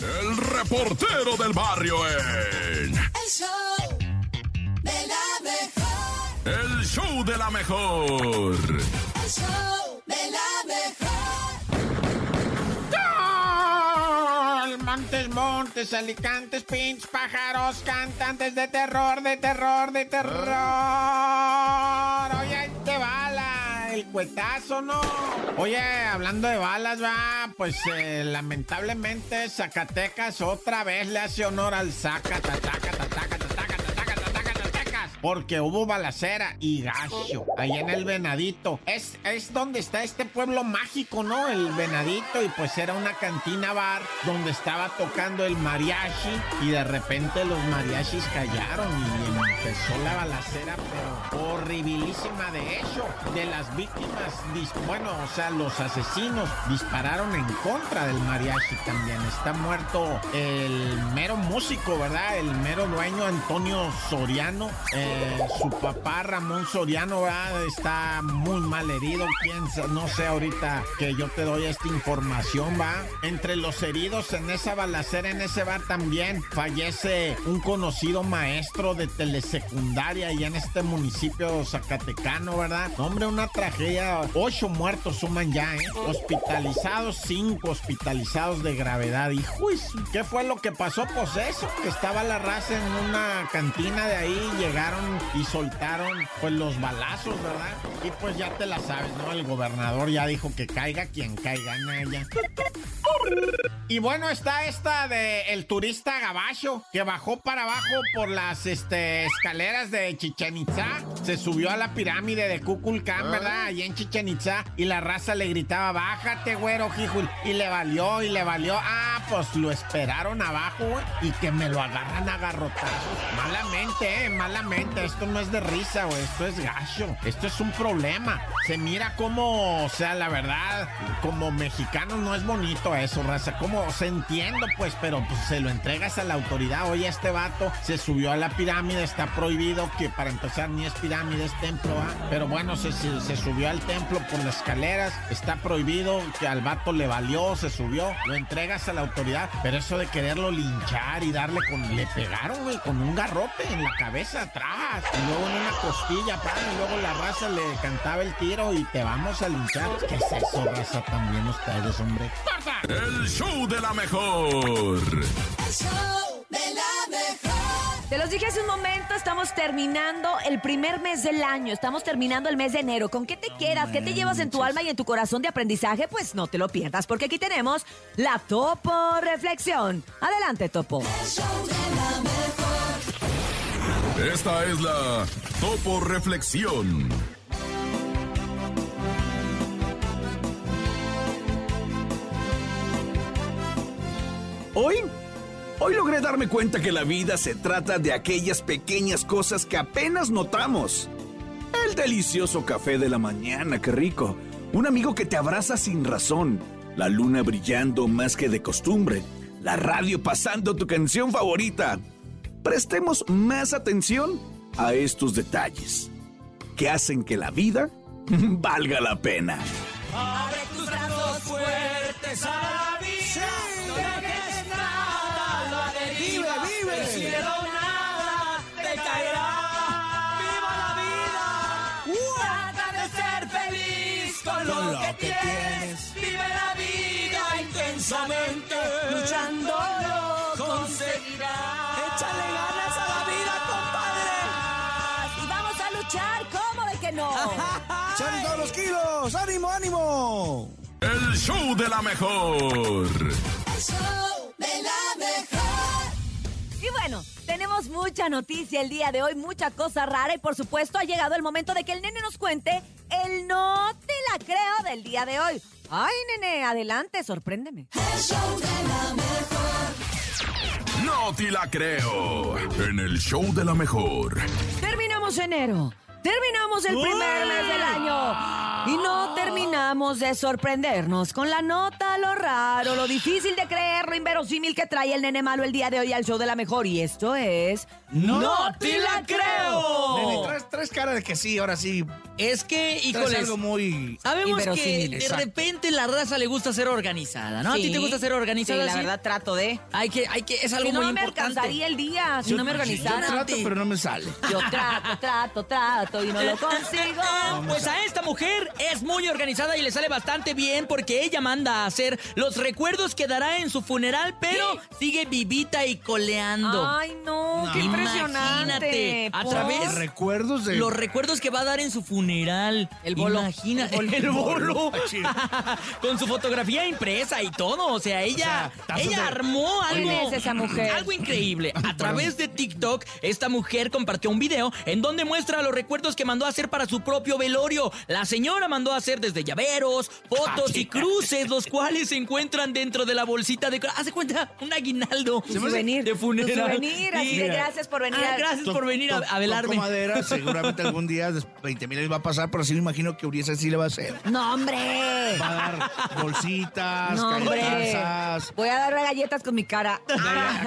El reportero del barrio en. El show de la mejor. El show de la mejor. El show de la mejor. ¡Gol! Montes, montes, alicantes, pins, pájaros, cantantes de terror, de terror, de terror. Oye, ahí te bala, el cuetazo, ¿no? Oye, hablando de balas, va, pues eh, lamentablemente Zacatecas otra vez le hace honor al Zacata, Zacata, Zacata, Zacata, Zacata, Zacata, Zacatecas, porque hubo balacera y gacho allá en el Venadito. Es, es donde está este pueblo mágico, ¿no? El Venadito, y pues era una cantina bar donde estaba tocando el mariachi, y de repente los mariachis callaron y empezó la balacera, pero horribilísima de hecho. De las víctimas, dis- bueno, o sea, los asesinos dispararon en contra del mariachi también. Está muerto el mero músico, ¿verdad? El mero dueño Antonio Soriano. Eh, su papá Ramón Soriano, ¿verdad? Está muy mal herido. Quién sa- no sé ahorita que yo te doy esta información, ¿va? Entre los heridos en esa balacera, en ese bar también, fallece un conocido maestro de telesecundaria allá en este municipio zacatecano, ¿verdad? No, hombre, una tragedia. Ocho muertos suman ya, ¿eh? Hospitalizados, cinco hospitalizados de gravedad. Y, juiz, ¿qué fue lo que pasó? Pues eso, que estaba la raza en una cantina de ahí, llegaron y soltaron, pues, los balazos, ¿verdad? Y pues ya te la sabes, ¿no? El gobernador ya dijo que caiga quien caiga, Naya. Y bueno, está esta de el turista Gabacho, que bajó para abajo por las este, escaleras de Chichen Itza. Se subió a la pirámide de Kukulcán, ¿verdad? Allí en Chichen Itza. Y la raza le gritaba, bájate, güero, jijul. Y le valió, y le valió. Ah, pues lo esperaron abajo, güey. Y que me lo agarran a garrotazos. Malamente, eh, malamente. Esto no es de risa, güey. Esto es gacho. Esto es un problema. Se mira como, o sea, la verdad, como mexicano no es bonito eso, raza. Como se entiendo, pues, pero pues, se lo entregas a la autoridad. Oye, este vato se subió a la pirámide. Está prohibido que para empezar ni es pirámide, es templo, ¿ah? Pero bueno, se, se- se subió al templo por las escaleras. Está prohibido que al vato le valió, se subió. Lo entregas a la autoridad. Pero eso de quererlo linchar y darle con. Le pegaron, güey, con un garrote en la cabeza atrás. Y luego en una costilla, pan. Y luego la raza le cantaba el tiro y te vamos a linchar. ¿Qué es eso, raza? También ustedes, hombre. El show de la mejor. El show de la mejor. Te los dije hace un momento, estamos terminando el primer mes del año, estamos terminando el mes de enero. ¿Con qué te quedas? ¿Qué te llevas en tu alma y en tu corazón de aprendizaje? Pues no te lo pierdas, porque aquí tenemos la Topo Reflexión. Adelante, Topo. El show de la mejor. Esta es la Topo Reflexión. Hoy, hoy logré darme cuenta que la vida se trata de aquellas pequeñas cosas que apenas notamos. El delicioso café de la mañana, qué rico. Un amigo que te abraza sin razón. La luna brillando más que de costumbre. La radio pasando tu canción favorita. Prestemos más atención a estos detalles que hacen que la vida valga la pena. Y vamos a luchar, ¿cómo de que no? ¡Salen todos los kilos! ¡Ánimo, ánimo! El show de la mejor. El show de la mejor. Y bueno, tenemos mucha noticia el día de hoy, mucha cosa rara y por supuesto ha llegado el momento de que el nene nos cuente el no te la creo del día de hoy. Ay, nene, adelante, sorpréndeme. El show de la mejor. No te la creo. En el show de la mejor. Terminamos enero. Terminamos el primer mes del año y no terminamos de sorprendernos con la nota, lo raro, lo difícil de creer, lo inverosímil que trae el nene malo el día de hoy al show de la mejor. Y esto es... ¡No te te la Nene, creo! traes, traes cara de que sí, ahora sí. Es que, Traes híjoles, algo muy... sabemos que Inverosímil. de Exacto. repente la raza le gusta ser organizada, ¿no? ¿A ti Sí. te gusta ser organizada? Sí, la sí? verdad trato de... Hay que, hay que, es algo Si no, muy no me importante. alcanzaría el día si no me Yo organizara. trato, pero no me sale. Yo trato, trato, trato y no lo consigo. Pues a esta mujer es muy organizada y le sale bastante bien porque ella manda a hacer los recuerdos que dará en su funeral, pero sigue vivita y coleando. Ay, no, qué Imagínate, impresionante. a ¿Por? través- Recuerdos de... Los recuerdos que va a dar en su funeral. El bolo. Imagina, El bolo. el, bolo. Ah, Con su fotografía impresa y todo. O sea, ella, O sea, tazos ella de- armó algo. ¿Quién es esa mujer? Algo increíble. A través de TikTok, esta mujer compartió un video en donde muestra los recuerdos que mandó a hacer para su propio velorio. La señora mandó a hacer desde llaveros, Ah, fotos y cruces, los cuales se encuentran dentro de la bolsita de. Hace cuenta, un aguinaldo. Un souvenir. De funeral. Un souvenir, así de Mira. gracias por venir Ah, a- gracias por venir a, a velarme. Toco madera, seguramente algún día 20 mil va a pasar, pero sí me imagino que Urias sí le va a hacer. No, hombre. Va a dar bolsitas, No, hombre. calzas, Voy a dar galletas con mi cara.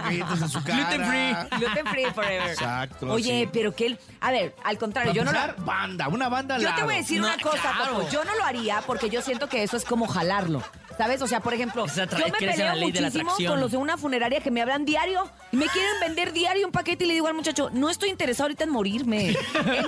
galletas en su cara. Gluten free. Gluten free forever. Exacto, Oye, sí. pero que él. A ver, al contrario, Para yo no lo. empezar, banda, una banda al Yo te lado. voy a decir No, una cosa, claro. Topo. Yo no lo haría porque yo siento que eso es como jalarlo. ¿Sabes? O sea, por ejemplo, Es atra- yo me crees en la peleo ley de la muchísimo atracción. con los de una funeraria que me hablan diario y me quieren vender diario un paquete y le digo al muchacho, no estoy interesado ahorita en morirme.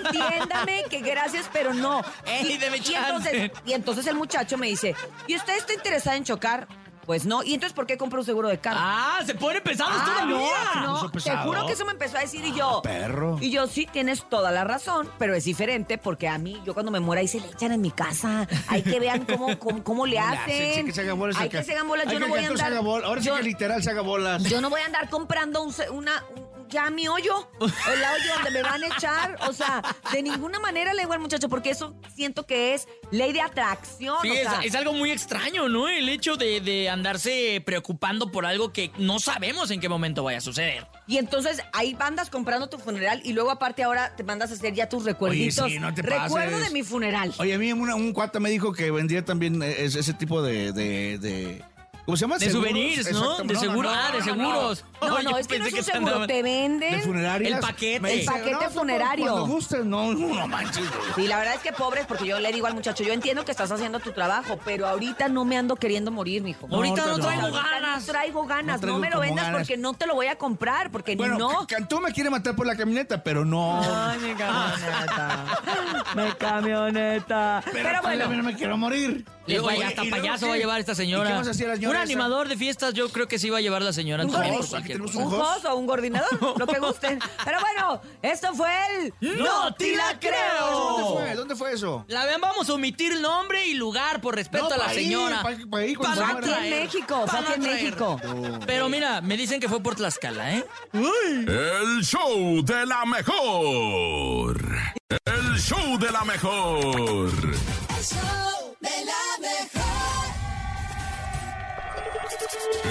Entiéndame que gracias, pero no. Ey, deme y, entonces, chance. y entonces el muchacho me dice, ¿y usted está interesada en chocar? Pues no. ¿Y entonces por qué compró un seguro de carro? Ah, se pone pesado Ah, todavía. no, puso no, te pesado. juro que eso me empezó a decir y yo. Ah, perro. Y yo sí tienes toda la razón, pero es diferente porque a mí, yo cuando me muera ahí se le echan en mi casa. Hay que vean cómo, cómo, cómo le Hola, sí, sí, hacen. que se hagan bolas Hay acá. que se hagan bolas. Hay Yo no que voy a el gato se andar. haga bola. Ahora sí yo, que literal se haga bolas. yo no voy a andar comprando un se- una. un- ya mi hoyo, el hoyo donde me van a echar. O sea, de ninguna manera le digo al muchacho, porque eso siento que es ley de atracción. Sí, o es, sea, es algo muy extraño, ¿no? El hecho de, de andarse preocupando por algo que no sabemos en qué momento vaya a suceder. Y entonces ahí andas comprando tu funeral y luego aparte ahora te mandas a hacer ya tus recuerditos. sí, no te Recuerdo pases. de mi funeral. Oye, a mí una- un cuata me dijo que vendía también eh, es- ese tipo de, de, de- ¿Cómo se llama? De Seguros, souvenirs, ¿no? exactamente. De seguro. Ah, de seguros. No, no, Yo es que no es pensé un se seguro, andaban- te De venden. funerarias. El paquete. Me El dice, paquete "No, tú cu- funerario". Cuando gustes, no, no manches. güey. Sí, la verdad es que pobres, porque yo le digo al muchacho, yo entiendo que estás haciendo tu trabajo, pero ahorita no me ando queriendo morir, mijo. Ahorita no no. traigo Ahorita ganas. No traigo ganas, no, No traigo me lo como vendas ganas. porque no te lo voy a comprar, porque Bueno, no. C- Cantú me quiere matar por la camioneta, pero no. mi camioneta. mi camioneta. Pero, pero bueno, no me quiero morir. Le digo, Oye, "Oye, hasta ¿y luego payaso qué? va a llevar esta señora. ¿Y qué vamos a hacer la un señora esa? animador de fiestas, yo creo que sí va a llevar la señora. Un también, gordo. por cualquier Aquí tenemos cosa. un host o un coordinador, lo que gusten. Pero bueno, esto fue el... ¡No te la ¿Dónde creo! fue? ¿Dónde fue eso? La vean, vamos a omitir nombre y lugar por respeto No, a la pa' ahí, señora. pa' pa' ahí, Para cuando Fue muera. aquí en México, fue Van a aquí en traer. México. Pero mira, me dicen que fue por Tlaxcala, ¿eh? El show de la mejor. El show de la mejor. El show de la mejor.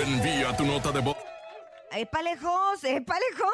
Envía tu nota de voz. ¡Epa lejos! ¡Epa lejos!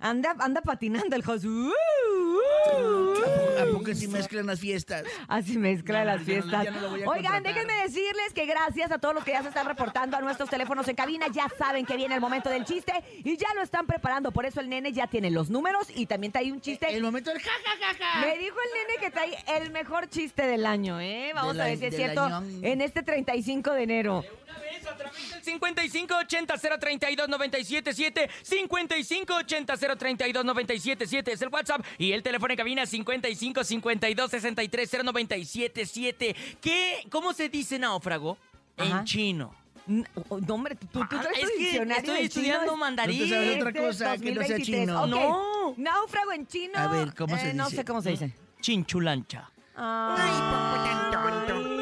Anda, anda patinando el host. ¡Uh! ¡Uh! ¿A poco sí mezclan las fiestas? Así mezcla las fiestas. ya no lo voy a Oigan, contratar. déjenme decirles que gracias a todos los que ya se están reportando a nuestros teléfonos en cabina, ya saben que viene el momento del chiste y ya lo están preparando. Por eso el nene ya tiene los números y también trae un chiste. El momento del ja, ja, ja, ja. Me dijo el nene que trae el mejor chiste del año, ¿eh? Vamos De la- a ver si es de la cierto ñon. en este 35 de enero. Una vez a través del 5580-032-977, 5580-032-977 es el WhatsApp y el teléfono en cabina 5552-630977. ¿Qué? ¿Cómo se dice náufrago? Ajá. En chino. No, no, hombre, tú, tú Ah, traes es tu que diccionario estoy de chino, estudiando es- mandarín. No te sabes otra Este cosa que no sea 2023. chino. Ok. No. Náufrago en chino. Eh, A ver, ¿cómo se No dice? sé cómo se dice. Chinchulancha. pues,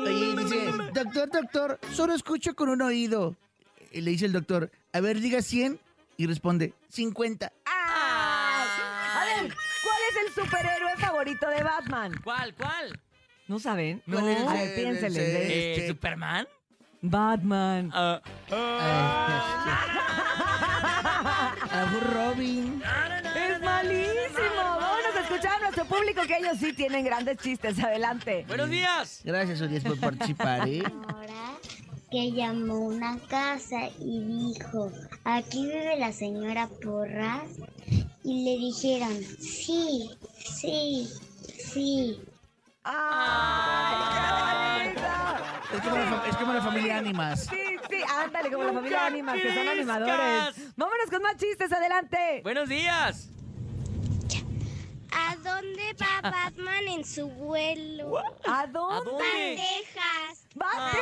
Oye, dice, doctor, doctor, solo escucho con un oído. Y le dice el doctor, a ver, diga 100. Y responde, 50. Ah. A ver, ¿cuál es el superhéroe favorito de Batman? ¿Cuál? ¿Cuál? ¿No saben? No. A ver, piénsenle. Ese- ¿eh? Eh, Este- ¿Superman? Batman. Ah, Abu Robin. Es malísimo. Vámonos a escuchar nuestro público que ellos sí tienen grandes chistes. Adelante. Buenos días. Gracias, Urias, por participar, ¿eh? señora que llamó a una casa y dijo, aquí vive la señora Porras. Y le dijeron, sí, sí, sí. ¡Ay, qué Es como la, fa- es como la familia Ánimas. Sí, sí, ándale, como la familia de Nunca Ánimas, que son crezcas. animadores. Vámonos con más chistes, adelante. Buenos días. ¿A dónde va Batman en su vuelo? ¿A ¿A dónde? dónde? Texas. ¡Bate!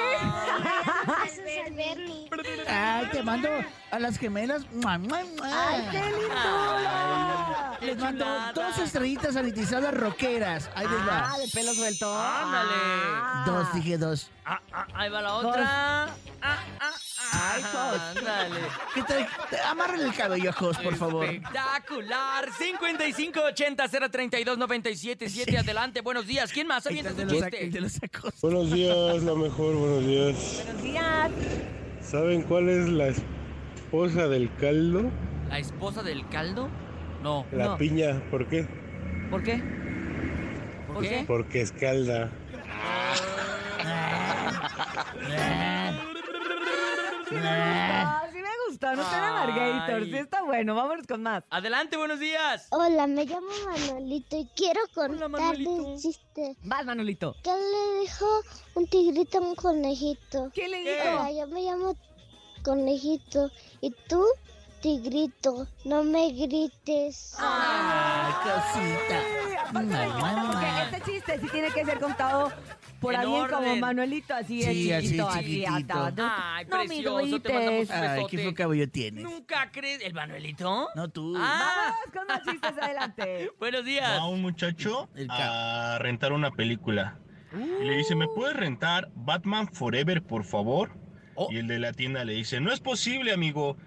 al Bernie. Ah, Ay, te mando a las gemelas. ¡Mua, mua, mua! ¡Ay, qué lindura! Ay, Les qué mando chulada. dos estrellitas sanitizadas roqueras. Ahí les va. Ah, de pelo suelto. Ándale. Ah. Dos, dije dos. Ah, ah, ahí va la otra. Ah, ah, ah, Ay, dos. Ándale. ¿Qué te, te- amárrale el cabello a Jos, Este, por favor. Espectacular. 5580-032-977. Adelante. Buenos días. ¿Quién más avienta Te su lo saco- chiste? te lo saco. Buenos días, la mejor, buenos días. Buenos días. ¿Saben cuál es la esposa del caldo? ¿La esposa del caldo? No. La no. piña, ¿por qué? ¿Por qué? ¿Por qué? Porque es calda. Ah, sí me gustó, no sean Ay. Margator. Sí está bueno, vámonos con más. Adelante, buenos días. Hola, me llamo Manolito y quiero Hola, contarles Manolito. un chiste. Vas, Manolito. ¿Qué le dijo un tigrito a un conejito? ¿Qué le ¿Qué? dijo? Hola, yo me llamo conejito y tú, tigrito, no me grites. Ah. Ay, cosita. Sí, aparte me encanta porque este chiste sí tiene que ser contado por En alguien como orden. Manuelito, así es Sí, así, chiquito, así chiquitito. atado. Ay, no me precioso, te mandamos grites. un Ay, qué besote. feo cabello tienes. Nunca crees. ¿El Manuelito? No tú. Ah. Vámonos con más chistes adelante. Buenos días. Va un muchacho El a rentar una película. Y le dice, ¿me Uh. puedes rentar Batman Forever, por favor? Oh. Y el de la tienda le dice, no es posible, amigo.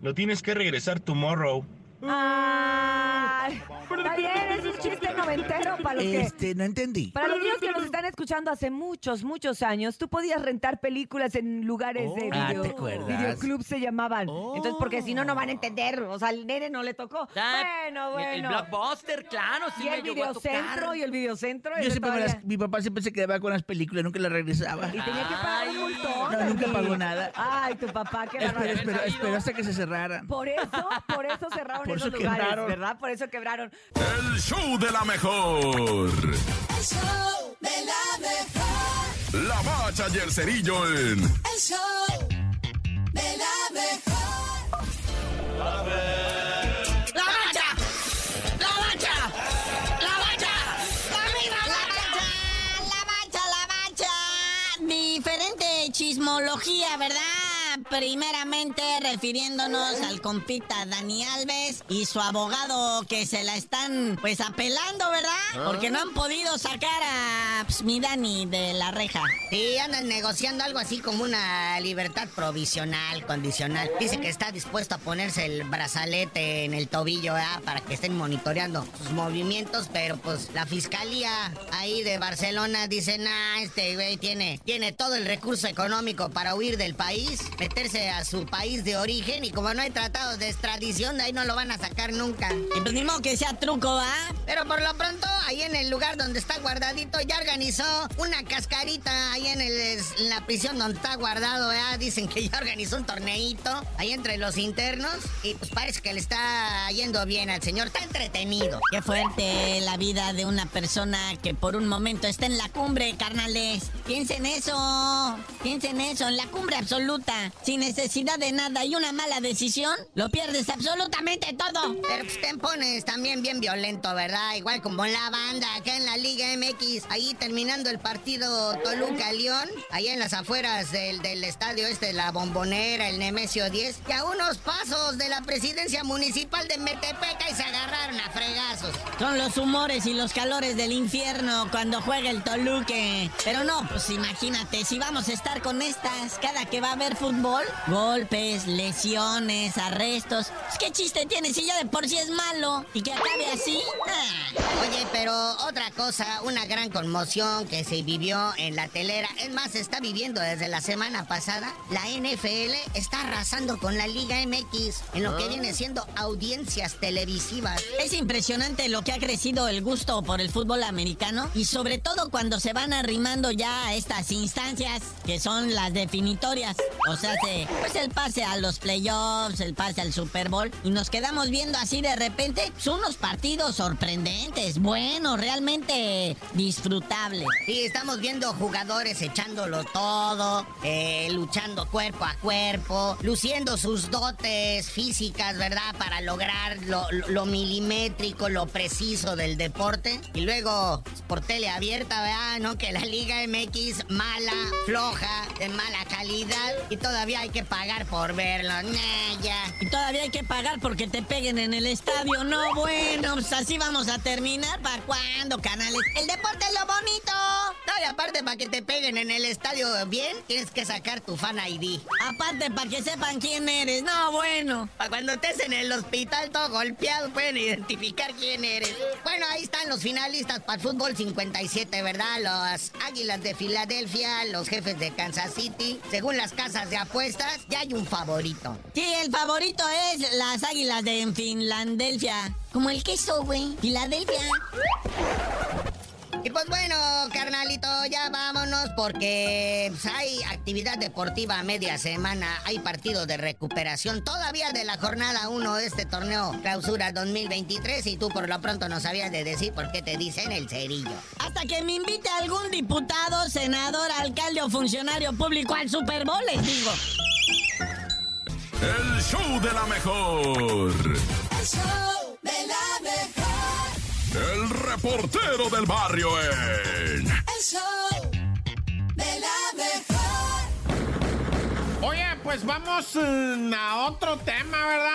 Lo tienes que regresar tomorrow. Ay, está bien, es un chiste noventero para los que. Este, no entendí. Para los niños que nos están escuchando hace muchos, muchos años, tú podías rentar películas en lugares de Ah, video, ¿te acuerdas? videoclub se llamaban. Oh. Entonces, porque si no, no van a entender. O sea, al nene no le tocó. Ya, bueno, el- El bueno. Blockbuster, claro, Ah, sí y me el llegó a tocar. videocentro, y el videocentro. Yo ese siempre me todavía. las- mi papá siempre se quedaba con las películas, nunca las regresaba. Y tenía que pagar un Ay. montón. No, nunca Dani. pagó nada. Ay, tu papá, qué Espera, barbaridad. espera, sabido. espera hasta que se cerraran. Por eso, por eso cerraron Por eso esos lugares, quebraron. ¿verdad? Por eso quebraron. El show de la mejor. El show de la mejor. La bacha y el cerillo en El show de la mejor. La mancha, la mancha, la mancha, la misma mancha. La mancha, la mancha. Diferente chismología, ¿verdad? Primeramente refiriéndonos al compita Dani Alves y su abogado que se la están pues apelando, Ah. ¿verdad? Porque no han podido sacar a pues, mi Dani de la reja. Y andan negociando algo así como una libertad provisional, condicional. Dice que está dispuesto a ponerse el brazalete en el tobillo ¿verdad? para que estén monitoreando sus movimientos, pero pues la fiscalía ahí de Barcelona dice, nah, este güey tiene, tiene todo el recurso económico para huir del país, meterse a su país de origen y como no hay tratados de extradición, de ahí no lo van a sacar nunca. Y pues ni modo que sea truco, ¿ah? Pero por lo pronto, ahí en el lugar donde está guardadito, ya organizó una cascarita ahí en, el, es- en la prisión donde está guardado, ¿verdad? Dicen que ya organizó un torneito ahí entre los internos y pues parece que le está yendo bien al señor, está entretenido. Qué fuerte la vida de una persona que por un momento está en la cumbre, carnales. Piensen eso, piensen eso, en la cumbre absoluta, sin necesidad de nada y una mala decisión, lo pierdes absolutamente todo. Pero pues te pones también bien violento, ¿verdad? Igual como la banda acá en la Liga MX, ahí terminando el partido Toluca-León, ahí en las afueras del, del estadio este, la bombonera, el Nemesio 10, que a unos pasos de la presidencia municipal de Metepeca y se agarraron a fregazos. Son los humores y los calores del infierno cuando juega el Toluque. Pero no, pues imagínate, si vamos a estar con estas cada que va a haber fútbol, golpes, lesiones, arrestos. Pues, ¿Qué chiste tiene si ya de por sí es malo y que acabe así? Ah. Oye, pero Pero otra cosa, una gran conmoción que se vivió en la telera. Es más, se está viviendo desde la semana pasada. La NFL está arrasando con la Liga MX en lo que Ah. viene siendo audiencias televisivas. Es impresionante lo que ha crecido el gusto por el fútbol americano y sobre todo cuando se van arrimando ya a estas instancias que son las definitorias. O sea, se- pues el pase a los playoffs, el pase al Super Bowl y nos quedamos viendo así de repente son unos partidos sorprendentes, buenos, realmente disfrutables. Sí, estamos viendo jugadores echándolo todo, eh, luchando cuerpo a cuerpo, luciendo sus dotes físicas, ¿verdad? Para lograr lo, lo- lo milimétrico, lo preciso del deporte. Y luego, pues, por tele abierta, ¿verdad? ¿No? Que la Liga MX mala, floja, de mala calidad y todavía hay que pagar por verlo. Nah, ya. Y todavía hay que pagar porque te peguen en el estadio. No, bueno, pues así vamos a terminar. ¿Para cuándo, canales? El deporte es lo bonito. No, y aparte, para que te peguen en el estadio bien, tienes que sacar tu fan ID. Aparte, para que sepan quién eres. No, bueno. Para cuando estés en el hospital todo golpeado, pueden identificar quién eres. Bueno, ahí están los finalistas para el fútbol 57, ¿verdad? Los Águilas de Filadelfia, los jefes de Kansas City. Según las casas de apuestas, ya hay un favorito. Sí, el favorito es las águilas de Finlandelfia. Como el queso, güey. Filadelfia. Y pues bueno, carnalito, ya vámonos porque pues, hay actividad deportiva a media semana, hay partido de recuperación todavía de la jornada 1 de este torneo Clausura 2023 y tú por lo pronto no sabías de decir por qué te dicen el cerillo. Hasta que me invite algún diputado, senador, alcalde o funcionario público al Super Bowl, les digo. El show de la mejor. El show de la mejor. El reportero del barrio en. El show de la mejor. Oye, pues vamos mm, a otro tema, ¿verdad?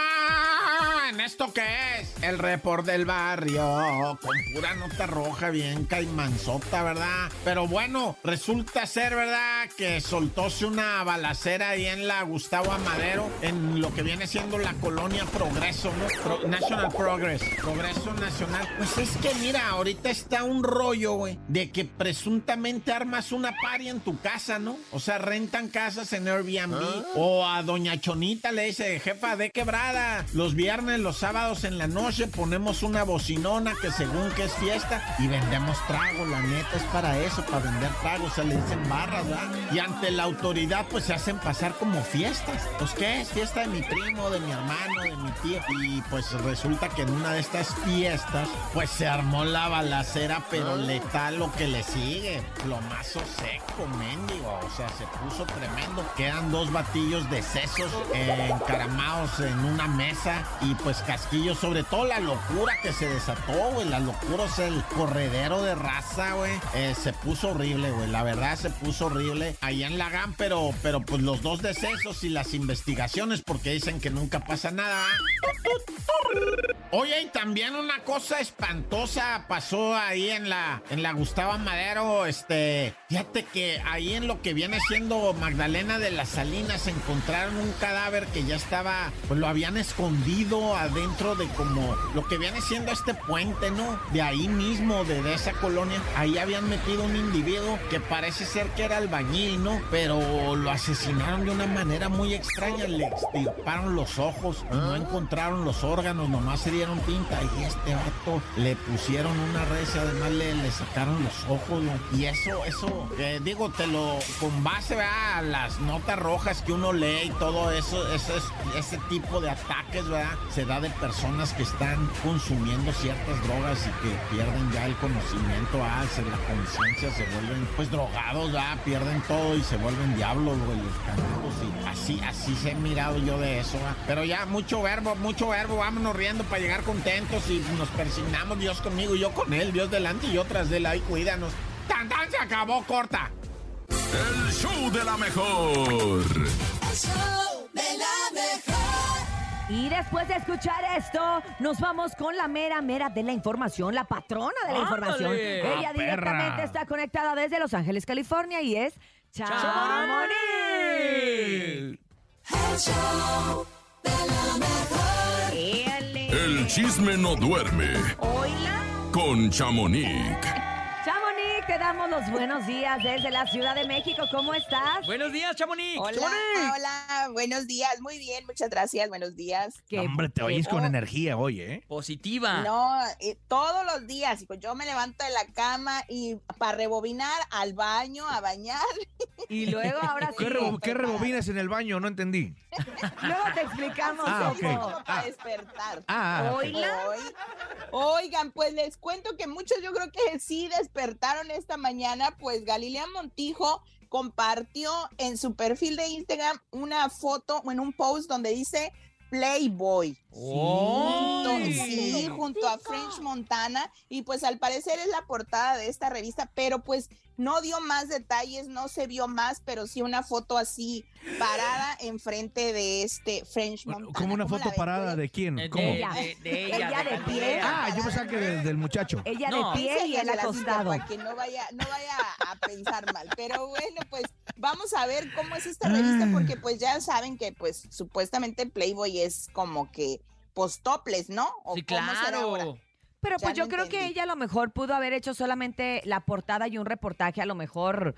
¿En esto qué es? El report del barrio, con pura nota roja, bien caimanzota, ¿verdad? Pero bueno, resulta ser, ¿verdad? Que soltóse una balacera ahí en la Gustavo Amadero, en lo que viene siendo la colonia Progreso, ¿no? Pro- National Progress, Progreso Nacional. Pues es que mira, ahorita está un rollo, güey, de que presuntamente armas una paria en tu casa, ¿no? O sea, rentan casas en Airbnb. O a Doña Chonita le dice, jefa de quebrada, los viernes, los sábados en la noche ponemos una bocinona que según que es fiesta y vendemos tragos, la neta es para eso, para vender tragos, o sea, le dicen barras, ¿verdad? Y ante la autoridad pues se hacen pasar como fiestas. Pues qué es fiesta de mi primo, de mi hermano, de mi tío. Y pues resulta que en una de estas fiestas pues se armó la balacera, pero letal lo que le sigue. Plomazo seco, mendigo. O sea, se puso tremendo. Quedan dos batillos de sesos eh, encaramados en una mesa y pues casquillos. Sobre todo la locura que se desató, güey. La locura, o sea, el corredero de raza, güey. eh, se puso horrible, güey. La verdad se puso horrible allá en Lagán, pero, pero pues los dos decesos y las investigaciones porque dicen que nunca pasa nada. ¿va? Oye, y también una cosa espantosa pasó ahí en la, en la Gustavo Madero. Este, fíjate que ahí en lo que viene siendo Magdalena de las Salinas encontraron un cadáver que ya estaba, pues lo habían escondido adentro de como lo que viene siendo este puente, ¿no? De ahí mismo, de, de esa colonia. Ahí habían metido un individuo que parece ser que era albañil, ¿no? Pero lo asesinaron de una manera muy extraña. Le extirparon los ojos, no encontraron los órganos, nomás se dieron pinta. Y este vato le pusieron una res y además le, le sacaron los ojos. ¿no? Y eso, eso, eh, digo, te lo con base ¿verdad? a las notas rojas que uno lee y todo eso, eso es- ese tipo de ataques, ¿verdad? Se da de personas que están consumiendo ciertas drogas y que pierden ya el conocimiento, ah, se- la conciencia, se vuelven pues drogados, ¿verdad? pierden todo y se vuelven diablos, güey, los canijos, y así, así se he mirado yo de eso, ¿verdad? pero ya mucho verbo, mucho verbo, vámonos riendo para llegar contentos y nos persignamos Dios conmigo y yo con él, Dios delante y yo tras de él, ahí cuídanos. Tan tan se acabó corta. El show de la mejor. El show de la mejor. Y después de escuchar esto, nos vamos con la mera mera de la información, la patrona de la información. ¡Ándale! Ella ¡Ah, directamente perra! está conectada desde Los Ángeles, California y es Chamonix. El show de la mejor. El chisme no duerme. Hola. con Chamonix. Chamonix, te damos los buenos días desde la Ciudad de México. ¿Cómo estás? Buenos días, Chamonix. Hola, hola, buenos días. Muy bien, muchas gracias. Buenos días. Hombre, te oyes con Oh, energía hoy, ¿eh? Positiva. No, eh, todos los días. y pues Yo me levanto de la cama y para rebobinar al baño, a bañar. Y luego ahora ¿Qué, rebo- qué rebobinas en el baño? No entendí. Luego te explicamos Ah, cómo ok. para despertar. Ah, ah, ok. Oigan. Hoy- Oigan, pues les cuento que muchos yo creo que sí despertaron esta mañana, pues Galilea Montijo compartió en su perfil de Instagram una foto, bueno, un post donde dice Playboy. Junto- sí, junto a French Montana. Y pues al parecer es la portada de esta revista, pero pues no dio más detalles, no se vio más, pero sí una foto así parada enfrente de este French Montana. ¿Cómo una ¿Cómo la foto ves? parada de quién? ¿Cómo? ella. de- de ella, Ella de de pie. pie. Ah, yo pensaba que del, del muchacho. Ella No. de pie y Enséñale él la cinta acostado. Para que no vaya, no vaya a pensar mal. Pero bueno, pues vamos a ver cómo es esta Mm. revista, porque pues ya saben que pues supuestamente Playboy es como que postoples, ¿no? ¿O cómo será ahora? Pero Ya pues yo lo creo que ella a lo mejor pudo haber hecho solamente la portada y un reportaje a lo mejor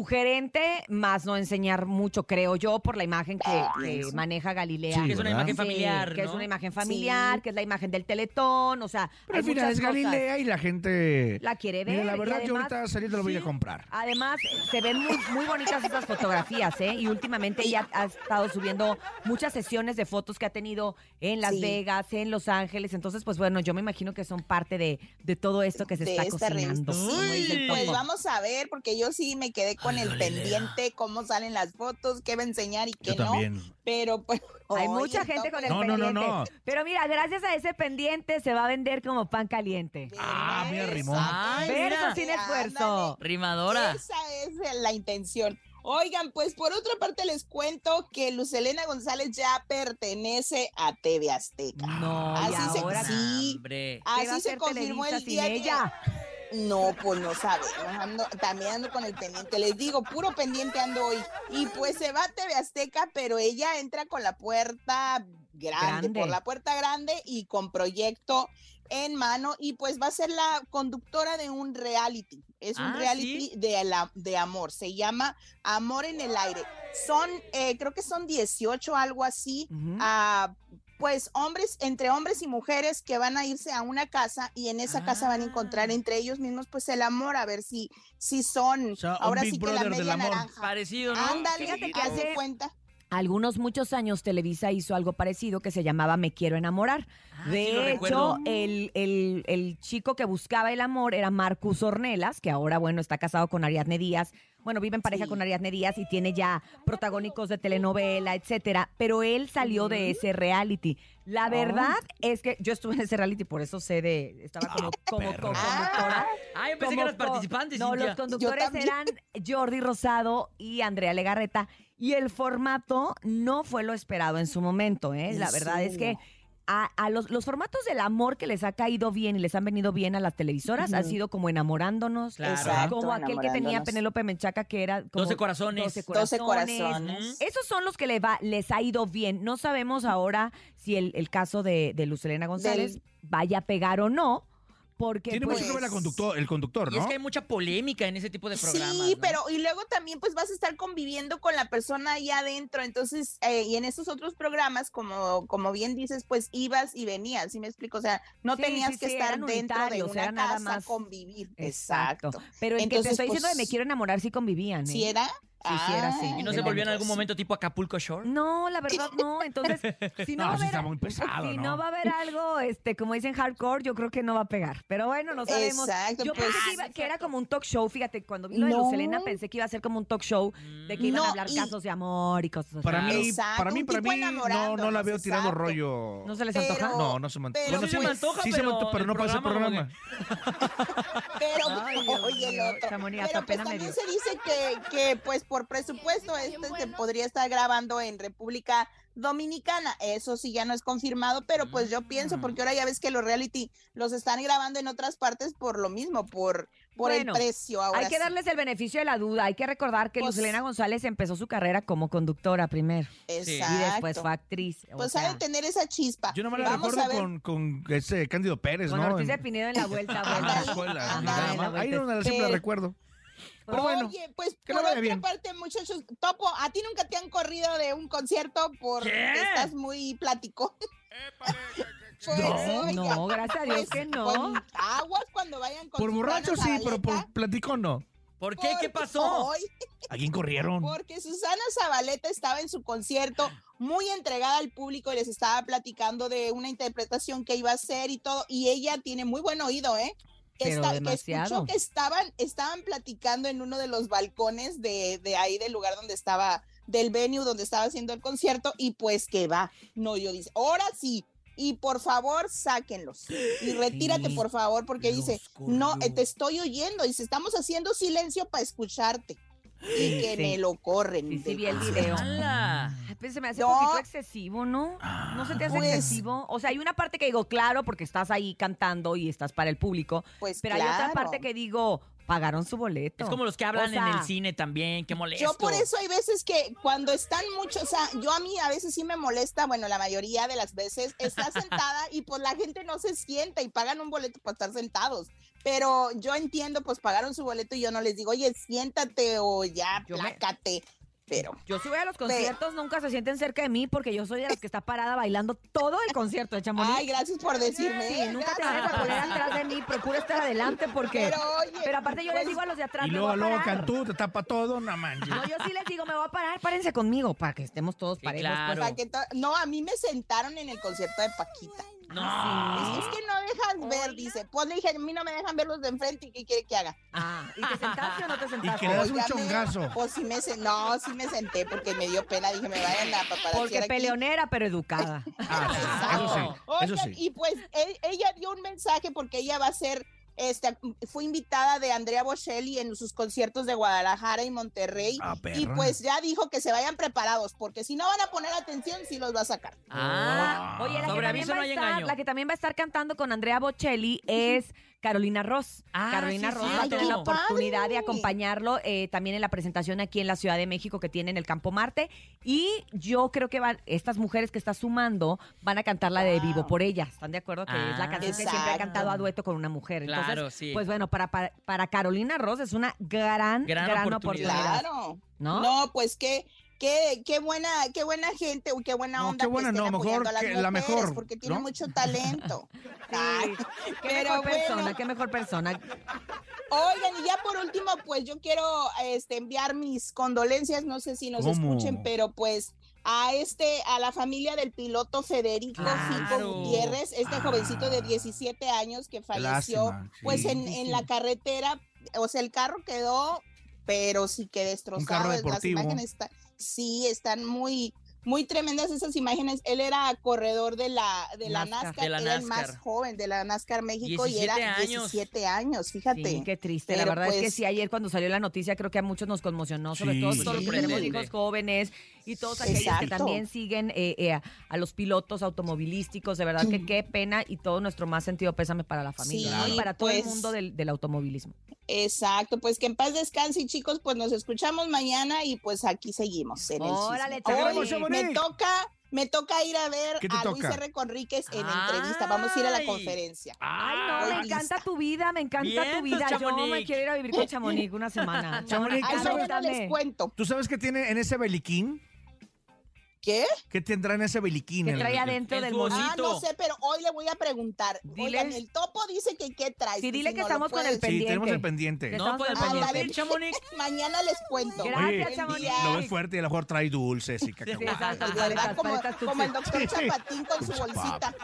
sugerente, más no enseñar mucho, creo yo, por la imagen que, que Sí. maneja Galilea. Ah, Sí, Que es una ¿verdad? imagen familiar, Que es ¿no? una imagen familiar, que es la imagen del teletón, o sea, Pero al hay final muchas es cosas. Galilea y la gente... La quiere Mira, ver. la y verdad, yo además- ahorita saliendo lo voy a ir a comprar. Además, se ven muy, muy bonitas esas fotografías, ¿eh? Y últimamente ella ha estado subiendo muchas sesiones de fotos que ha tenido en Las Sí. Vegas, en Los Ángeles. Entonces, pues bueno, yo me imagino que son parte de, de todo esto que se de está esta cocinando. revista. Sí, Uy, y del pues topo. vamos a ver, porque yo sí me quedé con el pendiente, cómo salen las fotos, qué va a enseñar y Yo qué no. también. Pero pues. Hay oye, mucha gente topo, con el No, no, no, pendiente. no. Pero mira, gracias a ese pendiente se va a vender como pan caliente. Ah, mira, rimón. Ah, Verso mira. sin esfuerzo. Rimadora. Esa es la intención. Oigan, pues por otra parte les cuento que Lucelena González ya pertenece a TV Azteca. No, Así y se- ahora sí. Ah, hombre. ¿Qué va a Así se hacer confirmó Televisa el día sin que- ella? No, pues no sabemos. Ando, también ando con el pendiente. Les digo, puro pendiente ando hoy. Y pues se va a TV Azteca, pero ella entra con la puerta grande, Grande. por la puerta grande y con proyecto en mano. Y pues va a ser la conductora de un reality. Es un Ah, reality de, la, de amor. Se llama Amor en el Aire. Son, eh, creo que son 18, algo así. Ujú. ah, pues hombres, entre hombres y mujeres que van a irse a una casa y en esa casa van a Ah. encontrar entre ellos mismos pues el amor, a ver si, si son, sea, un ahora Big sí que la Brother del media amor. naranja. Parecido, ¿no? Ándale, Fíjate que haz de hace- cuenta. Algunos muchos años Televisa hizo algo parecido que se llamaba Me Quiero Enamorar. Ah, sí, de lo recuerdo. hecho, Mm. el, el- el chico que buscaba el amor era Marcus Ornelas, que ahora, bueno, está casado con Ariadne Díaz. Bueno, vive en pareja Sí. con Ariadne Díaz y tiene ya protagónicos de telenovela, etcétera. Pero él salió de ese reality. La Oh. verdad es que yo estuve en ese reality, por eso sé de. Estaba como, como perra. co-conductora. Ah, yo pensé que Como eras co- participantes. No, Cintia. los conductores también. eran Jordi Rosado y Andrea Legarreta. Y el formato no fue lo esperado en su momento, ¿eh? ¿En La verdad es que serio? a, a los, los formatos del amor que les ha caído bien y les han venido bien a las televisoras han sido como enamorándonos, Claro. Exacto, como aquel que tenía enamorándonos. Penélope Menchaca que era como 12 corazones. 12 12 corazones. corazones. Esos son los que le va- les ha ido bien. No sabemos ahora si el, el caso de, de Lucelena González vaya a pegar o no, porque Tiene pues, mucho que ver la conductor, el conductor, Y es ¿no? que hay mucha polémica en ese tipo de programas. Sí, ¿no? pero y luego también pues vas a estar conviviendo con la persona allá adentro, entonces, eh, y en esos otros programas, como, como bien dices, pues ibas y venías, ¿sí me explico? O sea, no Sí, tenías sí, que sí, estar eran dentro de unitarios, una era nada casa, más- convivir. Exacto. Pero el que te Entonces, estoy diciendo de pues, me quiero enamorar sí convivían. ¿eh? ¿Si era? ah, sí era, sí. ¿Y no se Era volvió en entonces. algún momento tipo Acapulco Shore? No, la verdad no. Entonces, si no, No, va a sí haber- está muy pesado, si ¿no? ¿no? va a haber algo, este, como dicen hardcore, yo creo que no va a pegar. Pero bueno, no sabemos. Exacto, yo pues, pensé que, iba- que era como un talk show, fíjate, cuando vi lo de No. Lucelena pensé que iba a ser como un talk show de que iban a No, hablar y- casos de amor y cosas así. Para mí, Exacto, para mí, un para tipo mí, no, no la enamorándonos, veo tirando exacto. rollo. ¿No se les Pero- antoja? No, no se me antoja. pero pues, Bueno, sí me antoja, sí se me pero antoja, pero el no para ese programa como programa. Pero, Ay, Dios oye, el mío, otro. Chamonix, hasta Pero pues pena me también dio. se dice que, que, pues por presupuesto este se podría estar grabando en República Dominicana. Eso sí ya no es confirmado, pero pues yo pienso, Mm. porque ahora ya ves que los reality los están grabando en otras partes por lo mismo, por, por Bueno, el precio. Ahora hay que sí. darles el beneficio de la duda. Hay que recordar que Pues- Lucelena González empezó su carrera como conductora primero. Exacto. Y después fue actriz. o Pues sea, ha de tener esa chispa. Yo nomás la Vamos a recuerdo ver. con, con ese Cándido Pérez, con ¿no? Ortiz En- de Pinedo en la vuelta, en vuelta. la Ah, escuela. Ajá, nada en la más. Ahí vuelta. no la siempre la Pero- recuerdo. Pero bueno, Oye, pues que por le vaya otra bien. parte, muchachos, Topo, a ti nunca te han corrido de un concierto porque estás muy plático. Pues, No, oiga, no, gracias a Dios que no. pues, aguas cuando vayan con por sus borracho panas a sí, bailar. pero por platicón no. ¿Por qué? ¿Qué Ay, ¿A quién corrieron? Porque Susana Zabaleta estaba en su concierto muy entregada al público y les estaba platicando de una interpretación que iba a hacer y todo. Y ella tiene muy buen oído, ¿eh? Que Pero que demasiado. escuchó que estaban, estaban platicando en uno de los balcones de, de ahí del lugar donde estaba, del venue donde estaba haciendo el concierto, y pues que va. No, yo dice, ahora sí. Y por favor, sáquenlos. Y retírate, por favor, porque dice, no, eh, te estoy oyendo. Dice, estamos haciendo silencio para escucharte. Y que Sí. me lo corren. Sí, sí, del vi el concierto. video. Ay, pues se me hace No. un poquito excesivo, ¿no? ¿No se te Ah, hace Pues- excesivo? O sea, hay una parte que digo, claro, porque estás ahí cantando y estás para el público. Pues Pero hay otra claro. parte que digo, pagaron su boleto. Es como los que O hablan en sea, el cine también, qué molesto. Yo por eso hay veces que cuando están muchos, o sea, yo a mí a veces sí me molesta, bueno, la mayoría de las veces está sentada y pues la gente no se sienta y pagan un boleto para estar sentados. Pero yo entiendo, pues pagaron su boleto y yo no les digo, oye, siéntate o ya, plácate. Pero Yo si voy a los conciertos, nunca se sienten cerca de mí porque yo soy de las que está parada bailando todo el concierto de Chamonix. Ay, gracias por decirme, Sí, ¿eh? nunca te Gracias. vayas a poner atrás de mí, procura estar adelante porque... Pero, oye, Pero aparte yo les pues- digo a los de atrás, Y me luego, voy a luego parar. Cantú te tapa todo, no manches. No, yo sí les digo, me voy a parar, párense conmigo para que estemos todos parejos. pues. Para que to- no, a mí me sentaron en el concierto de Paquita. No. Es, es que no dejas ver, dice. Pues le dije, a mí no me dejan ver los de enfrente y qué quiere que haga. Ah, ¿y te sentaste o no te sentaste? que le das un Óigame, chongazo. Pues sí me senté, no, sí me senté porque me dio pena, dije, me vayan a paparazziar Porque aquí. peleonera, pero educada. Eso sí, eso Oigan, sí. Y pues e- ella dio un mensaje porque ella va a ser, este, fue invitada de Andrea Bocelli en sus conciertos de Guadalajara y Monterrey. Ah, y perra. pues ya dijo que se vayan preparados porque si no van a poner atención, sí los va a sacar. Ah, Oye, la que, sobre también aviso va no a hay estar, engaño. la que también va a estar cantando con Andrea Bocelli es Carolina Ross. Carolina sí, Ross va a cierto. tener la Ay, qué padre. oportunidad de acompañarlo eh, también en la presentación aquí en la Ciudad de México que tiene en el Campo Marte. Y yo creo que van, estas mujeres que está sumando van a cantar la de Vivo por ella. ¿Están de acuerdo? Que es la Ah. canción que siempre ha Exacto. cantado a dueto con una mujer. Entonces, Claro, sí. Pues bueno, para, para, para Carolina Ross es una Oh, gran, gran, Gran oportunidad. oportunidad. Claro. ¿No? pues qué, qué, qué buena, qué buena gente, uy, qué buena No, onda. qué buena que estén no, mejor apoyando a las que la mujeres, mejor, Porque tiene ¿no? mucho talento. Ay, Qué pero mejor persona, bueno, qué mejor persona. oigan, y ya por último, pues yo quiero este, enviar mis condolencias, no sé si nos ¿Cómo? escuchen, pero pues a este, a la familia del piloto Federico Fico Claro. Gutiérrez, este jovencito de 17 años que falleció, Ah. lástima, pues sí. en, en la carretera, o sea, el carro quedó, pero sí que destrozado. carro Las deportivo. imágenes está- sí están muy, muy tremendas esas imágenes. Él era corredor de la, de la NASCAR. NASCAR, De la era el NASCAR. más joven de la NASCAR México y era 17 años. 17 años, fíjate. Sí, qué triste. Pero la verdad es que pues- sí, ayer cuando salió la noticia creo que a muchos nos conmocionó, sobre Sí. todo todos los que tenemos Sorprendente. hijos jóvenes y todos aquellos que Exacto. también siguen eh, eh, a, a los pilotos automovilísticos. De verdad que qué pena y todo nuestro más sentido pésame para la familia ¿no? Sí, y para todo el pues. mundo del, del automovilismo. Exacto, pues que en paz descanse y chicos, pues nos escuchamos mañana y pues aquí seguimos. En el Órale, chisme. Te queremos, Oye, Chamonix. me toca, me toca ir a ver ¿Qué te a Luis toca? R. Conríquez en entrevista. Vamos a ir a la Ay. conferencia. Ay, no, Voy me lista. encanta tu vida, me encanta tu Vientos, vida. Yo me Chamonix. quiero ir a vivir con Chamonix una semana. Chamonix, Ay, ¿tú sabes, mañana les Dame. cuento. tú sabes qué tiene en ese beliquín? ¿Qué? ¿Qué tendrá en ese beliquín? Que en el- trae adentro En del su mono. bolsillo. Ah, no Bonito. sé, pero hoy le voy a preguntar. Dile. Oigan, el topo dice que qué traes. Sí, y dile si que no lo estamos con el puedes- Sí, pendiente. tenemos el pendiente. No, No, pues, Estamos pendiente. Ándale. Chamonix. Mañana les cuento. Gracias, Oye, Chamonix. Lo ves fuerte y a lo mejor trae dulces y Sí, cacahuates. exacto, Ay, paletas, ¿verdad? Como, paletas como el Tutsi. doctor Chapatín con su bolsita.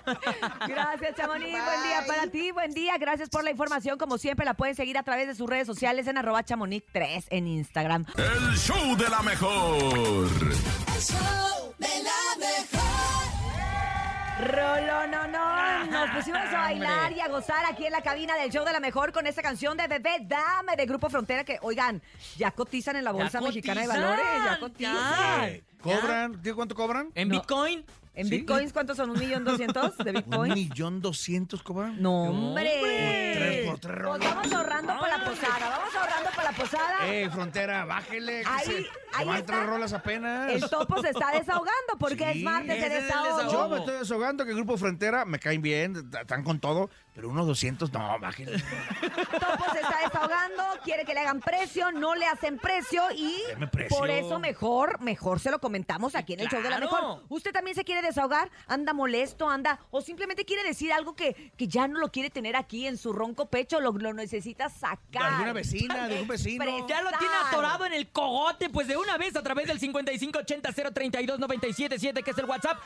Gracias, Chamonix. Buen día Bye. para ti, buen día. Gracias por la información. Como siempre, la pueden seguir a través de sus redes sociales en arroba chamonix3 en Instagram. El show de la mejor. El show de la mejor. Rolo, no, no. Nos pusimos a bailar y a gozar aquí en la cabina del show de la mejor con esta canción de Bebé Dame de Grupo Frontera que, oigan, ya cotizan en la Bolsa Mexicana de Valores. Ya cotizan. Eh, ¿Cobran? ¿Digo cuánto cobran? ¿En Bitcoin? ¿En bitcoins cuántos son? ¿Un millón doscientos de ¿Un bitcoins? millón doscientos cobran? No, ¡Hombre! Tres por tres, Pues vamos ahorrando para la posada, vamos ahorrando para la posada. Eh, frontera, bájele. que Ahí- se- ahí que van está. tres rolas apenas. El topo se está desahogando porque es martes de Ese es el desahogo. Yo me estoy desahogando que el Grupo Frontera me caen bien, t- están con todo, pero unos 200, no, bájenle. Topo se está desahogando, quiere que le hagan precio, no le hacen precio y Deme precio. por eso mejor, mejor se lo comentamos aquí en el show de la claro. mejor. Usted también se quiere desahogar, anda molesto, anda o simplemente quiere decir algo que, que ya no lo quiere tener aquí en su ronco pecho, lo, lo necesita De sacar. alguna vecina, de un vecino. Ya lo tiene atorado en el cogote, pues de una vez a través del 5580-032-977, que es el WhatsApp,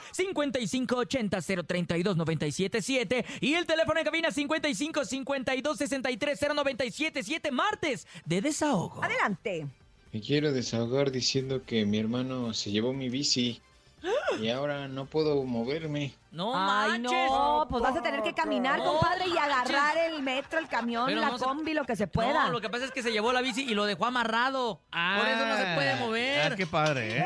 5580-032-977, y el teléfono en cabina 5552-630977, martes de desahogo. Adelante. Me quiero desahogar diciendo que mi hermano se llevó mi bici y ahora no puedo moverme. No Ay, manches. no, pues vas a tener que caminar, No compadre, y agarrar manches. el metro, el camión, Pero la no se- combi, lo que se pueda. No, lo que pasa es que se llevó la bici y lo dejó amarrado. Por eso no se puede mover. Ah, qué padre, ¿eh?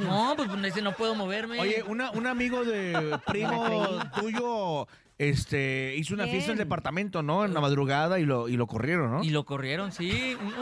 No, pues dice, no puedo moverme. Oye, una- un amigo de primo tuyo este, hizo una fiesta en el ¿Quién? departamento, ¿no? En la madrugada y lo, y lo corrieron, ¿no? Y lo corrieron, sí. Un, un-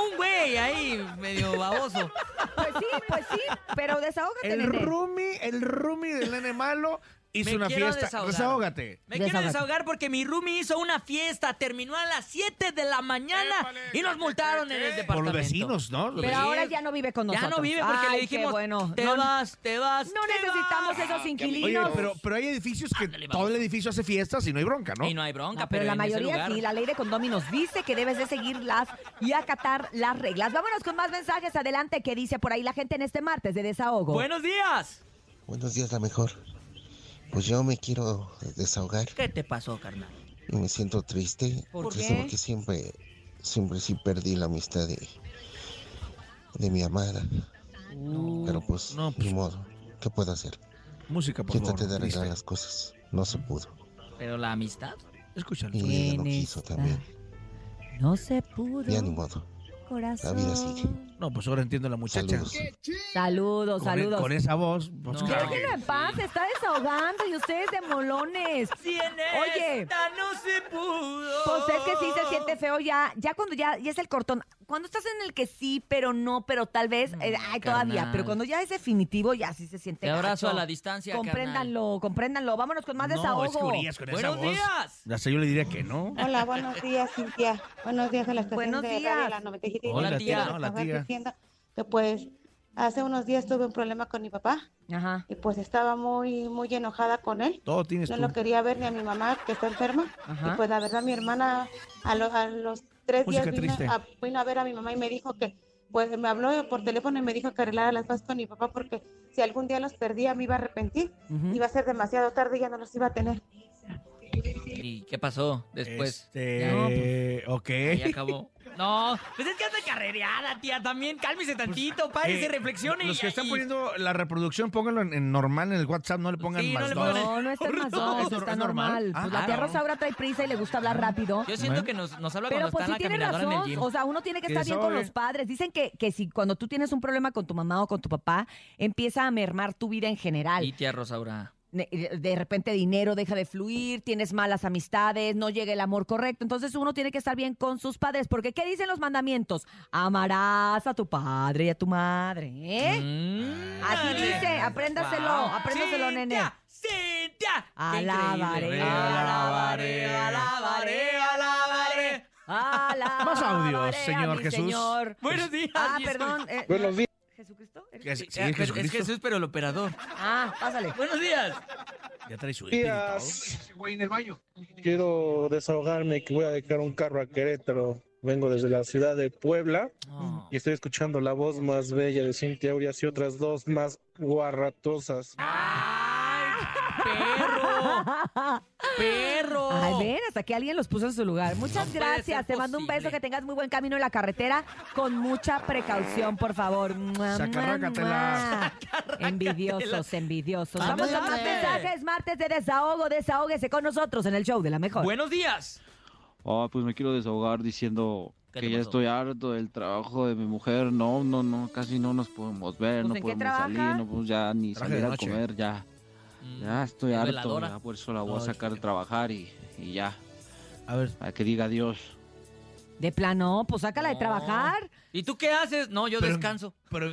un güey ahí, medio baboso. Pues sí, pues sí, pero desahógate. El nene. roomie, el roomie del nene malo hizo Me una quiero fiesta. desahogar. Desahógate. Me quiero desahogar porque mi roomie hizo una fiesta, terminó a las 7 de la mañana y nos multaron en el Por departamento. los vecinos, ¿no? Los Pero vecinos. ahora ya no vive con Pues Ya nosotros. no vive porque Ay, le qué dijimos, bueno. te no, vas, te vas. No necesitamos esos inquilinos. Oye, pero, pero hay edificios que todo el edificio hace fiestas y no hay bronca, ¿no? Y no hay bronca, No, Ah, pero la en ese mayoría lugar- sí, la ley de condóminos dice que debes de seguirlas y acatar las reglas. Vámonos con más mensajes adelante que dice por ahí la gente en este martes de desahogo. Buenos días. Buenos días, la mejor. Pues yo me quiero desahogar ¿Qué te pasó, carnal? y me siento triste. ¿Por triste qué? porque siempre, siempre sí perdí la amistad de, de mi amada. Pero pues, ni modo. ¿Qué puedo hacer? Música, pues, por Yo traté favor, de arreglar triste. las cosas. No se pudo. Pero la amistad. Escúchalo. Y ella no quiso también. No se pudo. Ya ni modo. La Corazón. vida sigue. No, pues ahora entiendo a la muchacha. Saludos, Saludos. Con, e-, saludos. con esa voz. pues, No. claro que- Déjenlo en paz, se está desahogando y ustedes de molones. Oye, no se pudo. Pues es que sí se siente feo ya, ya cuando ya, ya es el cortón. Cuando estás en el que sí, pero no, pero tal vez, eh, ay, todavía, carnal. pero cuando ya es definitivo, ya sí se siente. Te abrazo gacho. a la distancia, Compréndanlo, compréndanlo. Vámonos con más No, desahogo. es que Urias con esa Buenos voz. días. Hasta yo le diría que no. Hola, buenos días, Cintia. Buenos días a la estación Buenos de días. radio, la 97. Hola, Quiero tía. desahogar Hola, tía. diciendo que pues hace unos días tuve un problema con mi papá Ajá. y pues estaba muy muy enojada con él. Todo tienes no tú. lo quería ver ni a mi mamá que está enferma. Ajá. Y pues la verdad mi hermana a, lo- a los tres Música días vino triste. a, vino a ver a mi mamá y me dijo que pues me habló por teléfono y me dijo que arreglara las cosas con mi papá porque si algún día los perdía me iba a arrepentir. Iba a ser demasiado tarde y ya no los iba a tener. ¿Y qué pasó después? Ya, no, pues, Eh, ok. ahí acabó. No, pues es que anda carrereada, tía, también. Cálmese tantito, párese, Eh, reflexione. Los y- que están y- poniendo la reproducción, pónganlo en, en normal en el WhatsApp, no le pongan Sí, no más le dos. pongan No, no estás más No, dos, es nor- está es normal. normal. Pues Ah, la tía claro. Rosa ahora trae prisa y le gusta hablar rápido. Yo siento que nos, nos habla Pero cuando pues sí está en la tiene caminadora en el razón, gym. o sea, uno tiene que Que estar bien con desahogue. los padres. Dicen que, que si cuando tú tienes un problema con tu mamá o con tu papá, empieza a mermar tu vida en general. Y tía Rosaura. ne- eh, de repente dinero deja de fluir, tienes malas amistades, no llega el amor correcto. Entonces uno tiene que estar bien con sus padres, porque ¿qué dicen los mandamientos? Amarás a tu padre y a tu madre. ¿eh? Así dice, apréndaselo, Mm. Guau. apréndaselo, Cintia, nene. Cintia. Alabaré, alabaré, alabaré, alabaré. Más audios, señor mi Jesús. señor. Buenos días. Ah, Jesús. perdón. eh, Buenos días. ¿Jesucristo? Que sí, sí, Eh, pero- es es Jesucristo. Jesús, pero el operador. Ah, pásale. Buenos días. Ya trae su Días. Quiero desahogarme que voy a dejar un carro a Querétaro. Vengo desde la ciudad de Puebla y estoy escuchando la voz más bella de Cintia Urias y otras dos más guarratosas. Perro. perro! Ay, ven, hasta que alguien los puso en su lugar. Muchas No puede gracias. ser Te mando un beso, posible. que tengas muy buen camino en la carretera, con mucha precaución, por favor. Mua, Sacarrácatela. mua, mua. Envidiosos, envidiosos. Ándale. Vamos a más mensajes, martes de desahogo, desahóguese con nosotros en el show de la mejor. Buenos días. Ah, pues me quiero desahogar diciendo que ya estoy harto del trabajo de mi mujer. No, no, no, casi no nos podemos ver, Pues, no ¿en qué podemos salir, trabaja? no podemos ya ni Trabaja de salir a noche. comer, ya. Ya estoy Mm, ¿Es harto, veladora? ya por eso la voy a Ay, sacar a trabajar y, y ya. A ver. Para que diga adiós. De plano, pues sácala de trabajar. ¿Y tú qué haces? No, yo descanso. Pero,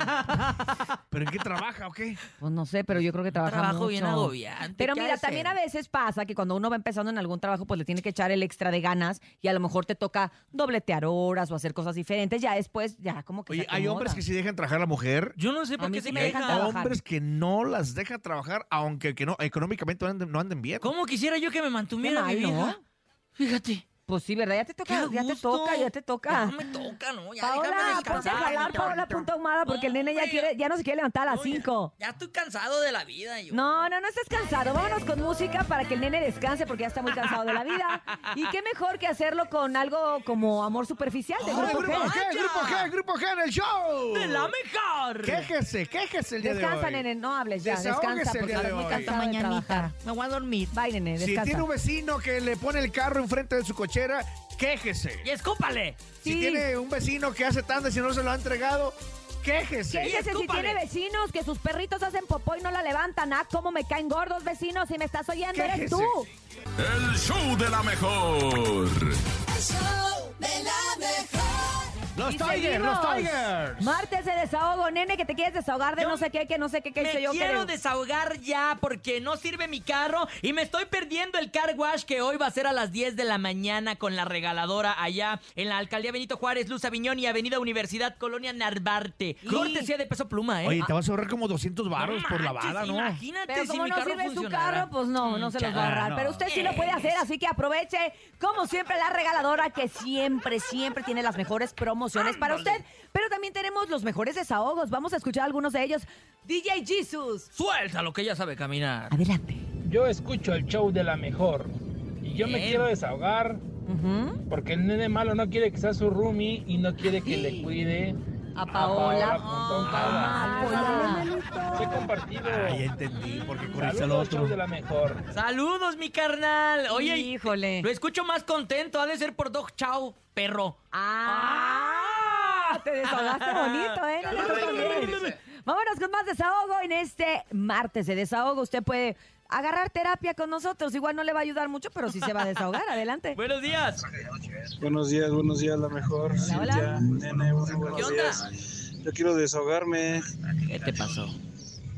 ¿Pero en qué trabaja o qué? Pues no sé, pero yo creo que trabaja trabajo mucho. bien agobiante, Pero ¿qué mira, hace? también a veces pasa que cuando uno va empezando en algún trabajo, pues le tiene que echar el extra de ganas y a lo mejor te toca dobletear horas o hacer cosas diferentes. Ya después, ya como que. Oye, se hay acomoda. hombres que sí dejan trabajar a la mujer. Yo no sé por A mí qué sí se me hay dejan trabajar. hombres que no las deja trabajar, aunque que no, económicamente no anden, no anden bien. ¿Cómo quisiera yo que me mantuviera Qué mi mal, ¿no? vieja? Fíjate. Pues sí, ¿verdad? Ya te toca, Qué ya te gusto. toca, ya te toca. Ya me toca, ¿no? Ya déjame Paola, ponte a descansar. jalar, mi Paola, tonto. punta ahumada, porque el nene ya, quiere, ya no se quiere levantar a las 5. Ya estoy cansado de la vida. Yo. No, no, no estás cansado. Vámonos con música para que el nene descanse porque ya está muy cansado de la vida. Y qué mejor que hacerlo con algo como amor superficial de Ahora, grupo G. grupo G, grupo G, grupo G en el show. De la mejor. Quéjese, quéjese el día de Descansa, hoy. nene, no hables ya. Desahógese Descansa el porque día de estás muy hoy. cansado de Mañanita. trabajar. Me voy a dormir. Bye, nene, Si tiene descansa. un vecino que le pone el carro enfrente de su cochera, quéjese. Y escúpale. Si tiene un vecino que hace tandas y no se lo ha entregado, quéjese. Fíjese si tiene vecinos que sus perritos hacen popó y no la levantan. Ah, cómo me caen gordos vecinos. Si me estás oyendo, eres tú. El show de la mejor. El show de la mejor. Los Y Tigers, seguimos. los Tigers. Martes de desahogo, nene, que te quieres desahogar de no sé qué, que no sé qué, que Me yo quiero creo. desahogar ya porque no sirve mi carro y me estoy perdiendo el car wash que hoy va a ser a las 10 de la mañana con la regaladora allá en la alcaldía Benito Juárez, Luz Aviñón y Avenida Universidad Colonia Narvarte. Cortesía de peso pluma, ¿eh? Ah, Oye, te vas a ahorrar como 200 baros por la manches, bala, ¿no? Imagínate Pero si como mi no carro sirve su funcionara. Mm, carro, pues no, no se los va a ahorrar. no. Pero usted sí lo puede hacer, así que aproveche, como siempre, la regaladora que siempre, siempre tiene las mejores promociones para usted. Pero también tenemos los mejores desahogos. Vamos a escuchar algunos de ellos. DJ Jesus. Suéltalo, que ya sabe caminar. Adelante. Yo escucho el show de la mejor. Y yo me Bien. quiero desahogar. Porque el nene malo no quiere que sea su roomie y no quiere que le cuide. A Ah, Paola. Ah, ya entendí, porque corriste al Saludos, otro. show de la mejor. Saludos, mi carnal. Oye, y- Híjole. lo escucho más contento. Ha de ser por Dog Chau, perro. Ah, te desahogaste bonito, ¿eh? No le tocó bien. Vámonos con más desahogo en este martes de desahogo. Usted puede agarrar terapia con nosotros. Igual no le va a ayudar mucho, pero sí se va a desahogar. Adelante. Buenos días. Buenos días, buenos días, la mejor. Cintia, hola. Nene, bueno, buenos días. Yo quiero desahogarme. ¿Qué te pasó?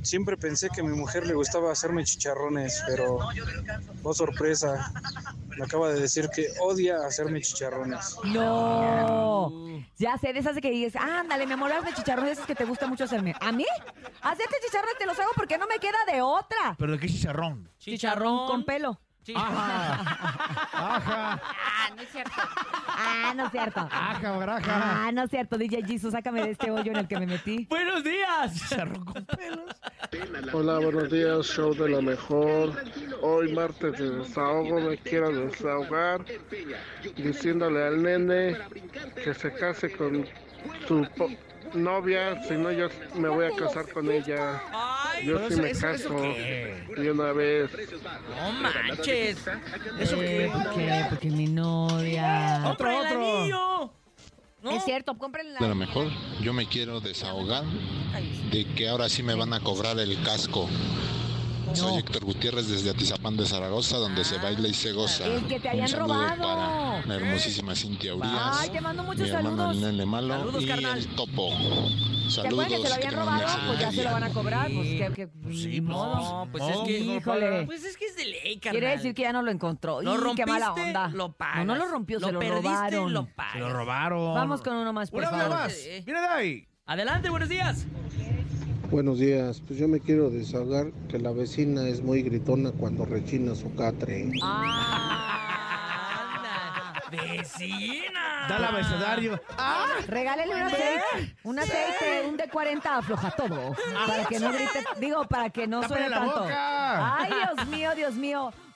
Siempre pensé que a mi mujer le gustaba hacerme chicharrones, pero oh sorpresa, me acaba de decir que odia hacerme chicharrones. No. Ya sé, de esas de que dices, ándale, mi amor, hazme chicharrones esos que te gusta mucho hacerme. ¿A mí? Hacerte chicharrones te los hago porque no me queda de otra. ¿Pero de qué chicharrón? Chicharrón con pelo. Ajá. Ah, no es cierto. Ajá, baraja. Ah, no es cierto, DJ Jesus, sácame de este hoyo en el que me metí. Buenos días. Hola, buenos días, show de la mejor. Hoy martes de desahogo, me quiero desahogar diciéndole al nene que se case con su po- novia, si no yo me voy a casar con ella. Yo sí me caso de una vez. No manches. ¿Eso qué? ¿Por qué? Porque mi novia. Otro, otro. Es cierto, compren De la mejor, yo me quiero desahogar de que ahora sí me van a cobrar el casco. Soy Héctor Gutiérrez desde Atizapán de Zaragoza, donde se baila y se goza. el que te habían Un saludo robado. para la hermosísima Cintia Urias, Ay, te mando muchos mi hermano saludos. el Nene Malo Saludos, y carnal. el Topo. ¿Te acuerdas que se Saludos, lo habían que tengan un robado? Pues excelente ya se lo día. van a cobrar. Pues que, que ni modo. No, pues es que. Híjole. Pues es que es de ley, carnal. Quiere decir que ya no lo encontró. Lo Ih, qué mala rompiste, onda. lo pagas. No, no lo rompió, Lo se lo perdiste, robaron. lo pagas. Se lo robaron. Vamos con uno más, por Una vez favor. más. Mira de ahí. Adelante, buenos días. Buenos días, pues yo me quiero desahogar que la vecina es muy gritona cuando rechina su catre. Ah. Vecina. Dale abecedario. Ah, regálele un aceite, un aceite, un de 40 afloja todo. Para que no grite, digo, para que no Tápale suene la tanto. boca. Ay, Dios mío, Dios mío.